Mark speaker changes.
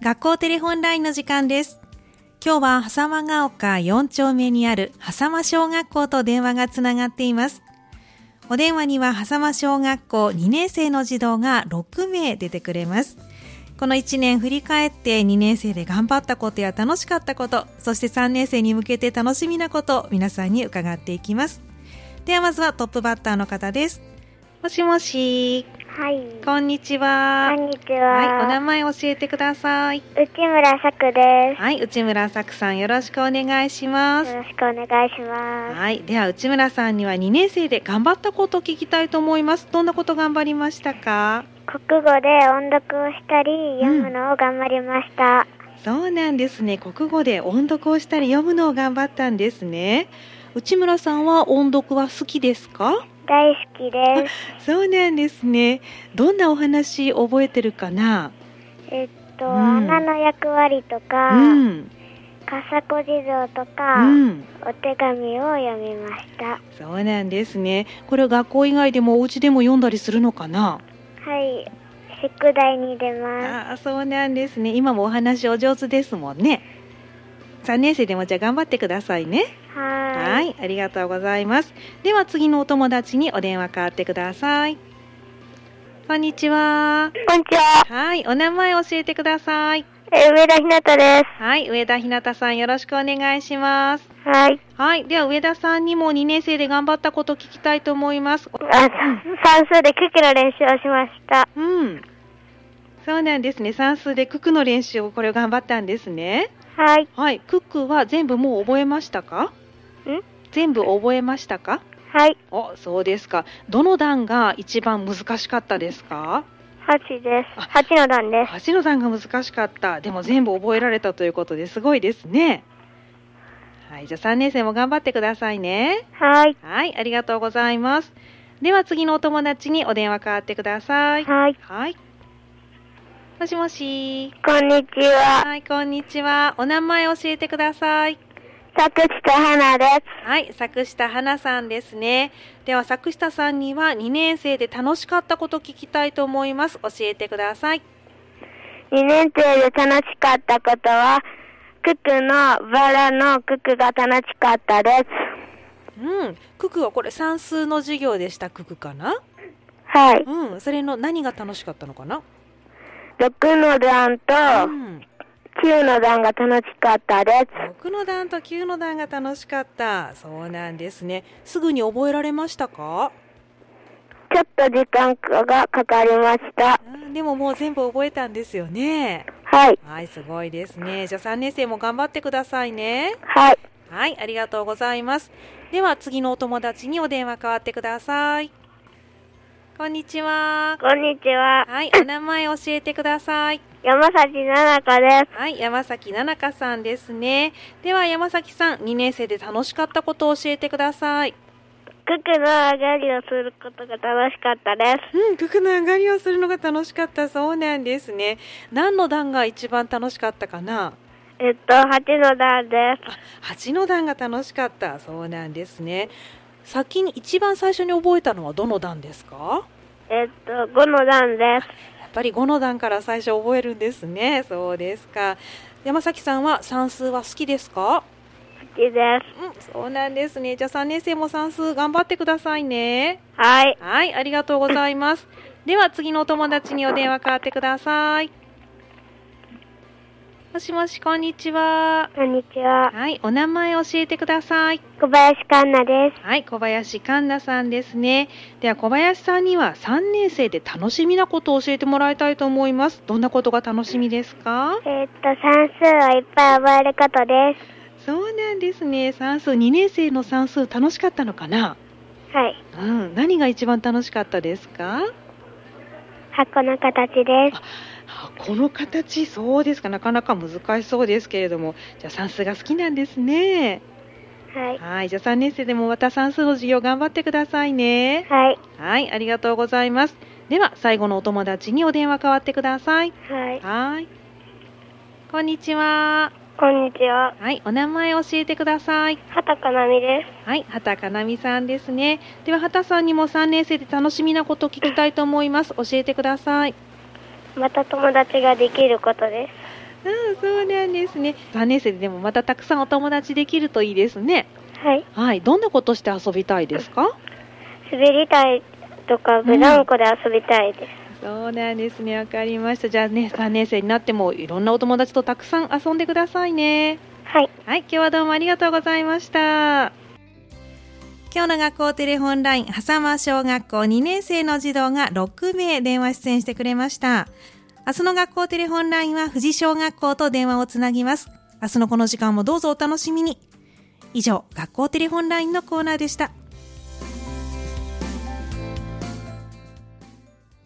Speaker 1: 学校テレホンラインの時間です。今日は狭間が丘4丁目にある狭間小学校と電話がつながっています。お電話には狭間小学校2年生の児童が6名出てくれます。この1年振り返って2年生で頑張ったことや楽しかったこと、そして3年生に向けて楽しみなことを皆さんに伺っていきます。ではまずはトップバッターの方です。もしもし、
Speaker 2: はい。
Speaker 1: こんにちは。
Speaker 2: こんにち
Speaker 1: はい、お名
Speaker 2: は。
Speaker 1: 前教えてください。
Speaker 2: 内村作で。
Speaker 1: はい、内村作さんよろしくお願いしますす
Speaker 2: よ。ろしくお願いします。
Speaker 1: はい、では内村さんには2年生で頑張ったことを聞きたいと思います。どんなこと頑張りましたか
Speaker 2: 国語で音読をしたり、読むのを頑張りました。
Speaker 1: そうなんですね。国語で音読をしたり読むのを頑張ったんですね。内村さんは音読は好きですか
Speaker 2: 大好きです。
Speaker 1: そうなんですね。どんなお話覚えてるかな
Speaker 2: えっ
Speaker 1: う
Speaker 2: と、
Speaker 1: ん
Speaker 2: 穴の役割とか、
Speaker 1: うん。
Speaker 2: 笠子地蔵と
Speaker 1: う
Speaker 2: か、
Speaker 1: ん。
Speaker 2: お手紙を読みました。
Speaker 1: そうなんですね。これ学校以外でもお家でも読んだりするのかな
Speaker 2: はい。宿題に出ま
Speaker 1: ああそうなんですね今もお話お上手ですもんね3年生でもじゃあ頑張ってくださいね
Speaker 2: す。
Speaker 1: はい
Speaker 2: はーい。
Speaker 1: ありがとうございますでは次のお友達にお電話代わってくださいこんにちは
Speaker 2: こんにちは。
Speaker 1: はいお名前教えてください
Speaker 2: え上田ひなたで
Speaker 1: はい上田ひなたさんよろしくお願いします
Speaker 2: す。はい。
Speaker 1: はいでは上田さんにも2年生で頑張ったこと聞きたいと思います
Speaker 2: あ、算数で九期の練習をしました。
Speaker 1: うんそうなんですね算数で九九の練習をこれを頑張ったんですね
Speaker 2: はい。
Speaker 1: はい、クックは全部もう覚えましたか？
Speaker 2: ん
Speaker 1: 全部覚えましたか？
Speaker 2: はい。
Speaker 1: お、そうですか。どの段が一番難しかったですか？
Speaker 2: 八です
Speaker 1: あ。
Speaker 2: 八の段です。
Speaker 1: 橋の段が難しかった。でも全部覚えられたということですごいですね。はい、じゃあ三年生も頑張ってくださいね。
Speaker 2: はい。
Speaker 1: はい、ありがとうございます。では次のお友達にお電話代わってください。
Speaker 2: はい。
Speaker 1: はい。もしもし。
Speaker 2: こんにちは。
Speaker 1: はい、こんにちは。お名前教えてください。
Speaker 2: 作地と花です。
Speaker 1: はい、作下花さんですね。では作下さんには2年生で楽しかったこと聞きたいと思います。教えてください。
Speaker 2: 2年生で楽しかったことは、九九のバラの九九が楽しかったです。
Speaker 1: うん、九九はこれ算数の授業でした九九かな？
Speaker 2: はい。
Speaker 1: うん、それの何が楽しかったのかな？
Speaker 2: 6の段と
Speaker 1: うん、
Speaker 2: 9の段が楽しかったです。
Speaker 1: 六の段と九の段が楽しかった。そうなんですね。すぐに覚えられましたか？
Speaker 2: ちょっと時間がかかりました。
Speaker 1: うんでももう全部覚えたんですよね。
Speaker 2: はい。
Speaker 1: はい、すごいですね。じゃあ3年生も頑張ってくださいね。
Speaker 2: はい。
Speaker 1: はい、ありがとうございます。では次のお友達にお電話代わってください。こんにちは。
Speaker 2: こんにちは。
Speaker 1: はい、お名前教えてください。
Speaker 2: 山崎奈々香で
Speaker 1: はい、山崎奈々香さんですね。では山崎さん、2年生で楽しかったことを教えてください。
Speaker 2: す。九九の上がりをすることが楽しかったです。
Speaker 1: うん、九九の上がりをするのが楽しかったそうなんですね。何の段が一番楽しかったかな
Speaker 2: えっと、8の段です。
Speaker 1: あ、八の段が楽しかったそうなんですね。先に一番最初に覚えたのはどの段ですか
Speaker 2: えっと、5の段です。
Speaker 1: やっぱり5の段から最初覚えるんですね。そうですか。山崎さんは算数は好きですか
Speaker 2: 好きで
Speaker 1: う
Speaker 2: す。
Speaker 1: ん、そうなんですね。じゃあ3年生も算数頑張ってくださいね。
Speaker 2: はい。
Speaker 1: はい、ありがとうございます。では次のお友達にお電話代わってください。もしもし、こんにちは。
Speaker 2: こんにちは。
Speaker 1: はい、お名前教えてください。
Speaker 2: 小林環奈です。
Speaker 1: はい、小林環奈さんですね。では小林さんには3年生で楽しみなことを教えてもらいたいと思います。どんなことが楽しみですか？
Speaker 2: えっと、算数はいっぱい覚えることです。
Speaker 1: そうなんですね。算数2年生の算数楽しかったのかな？
Speaker 2: はい。
Speaker 1: うん、何が一番楽しかったですか？
Speaker 2: 箱の形です。
Speaker 1: あこの形そうですか。なかなか難しそうですけれども、じゃあ算数が好きなんですね。
Speaker 2: はい。
Speaker 1: はい、じゃあ3年生でもまた算数の授業頑張ってくださいね。
Speaker 2: はい。
Speaker 1: はい、ありがとうございます。では最後のお友達にお電話代わってください。
Speaker 2: はい。
Speaker 1: はい。こんにちは。
Speaker 2: こんにちは。
Speaker 1: はい、お名前教えてください。
Speaker 2: 畑かなみです。
Speaker 1: はい、畑かなみさんですね。では畑さんにも3年生で楽しみなことを聞きたいと思います。教えてください。
Speaker 2: また友達ができることです。
Speaker 1: うん、そうなんですね。3年生ででもまたたくさんお友達できるといいですね。
Speaker 2: はい。
Speaker 1: はい、どんなことして遊びたいですか
Speaker 2: 滑り台とかブランコで遊びたいです。
Speaker 1: そうなんですね、わかりました。じゃあね、3年生になってもいろんなお友達とたくさん遊んでくださいね。
Speaker 2: はい。
Speaker 1: はい、今日はどうもありがとうございました。今日の学校テレホンライン、狭間小学校2年生の児童が6名電話出演してくれました。明日の学校テレホンラインは富士小学校と電話をつなぎます。明日のこの時間もどうぞお楽しみに。以上、学校テレホンラインのコーナーでした。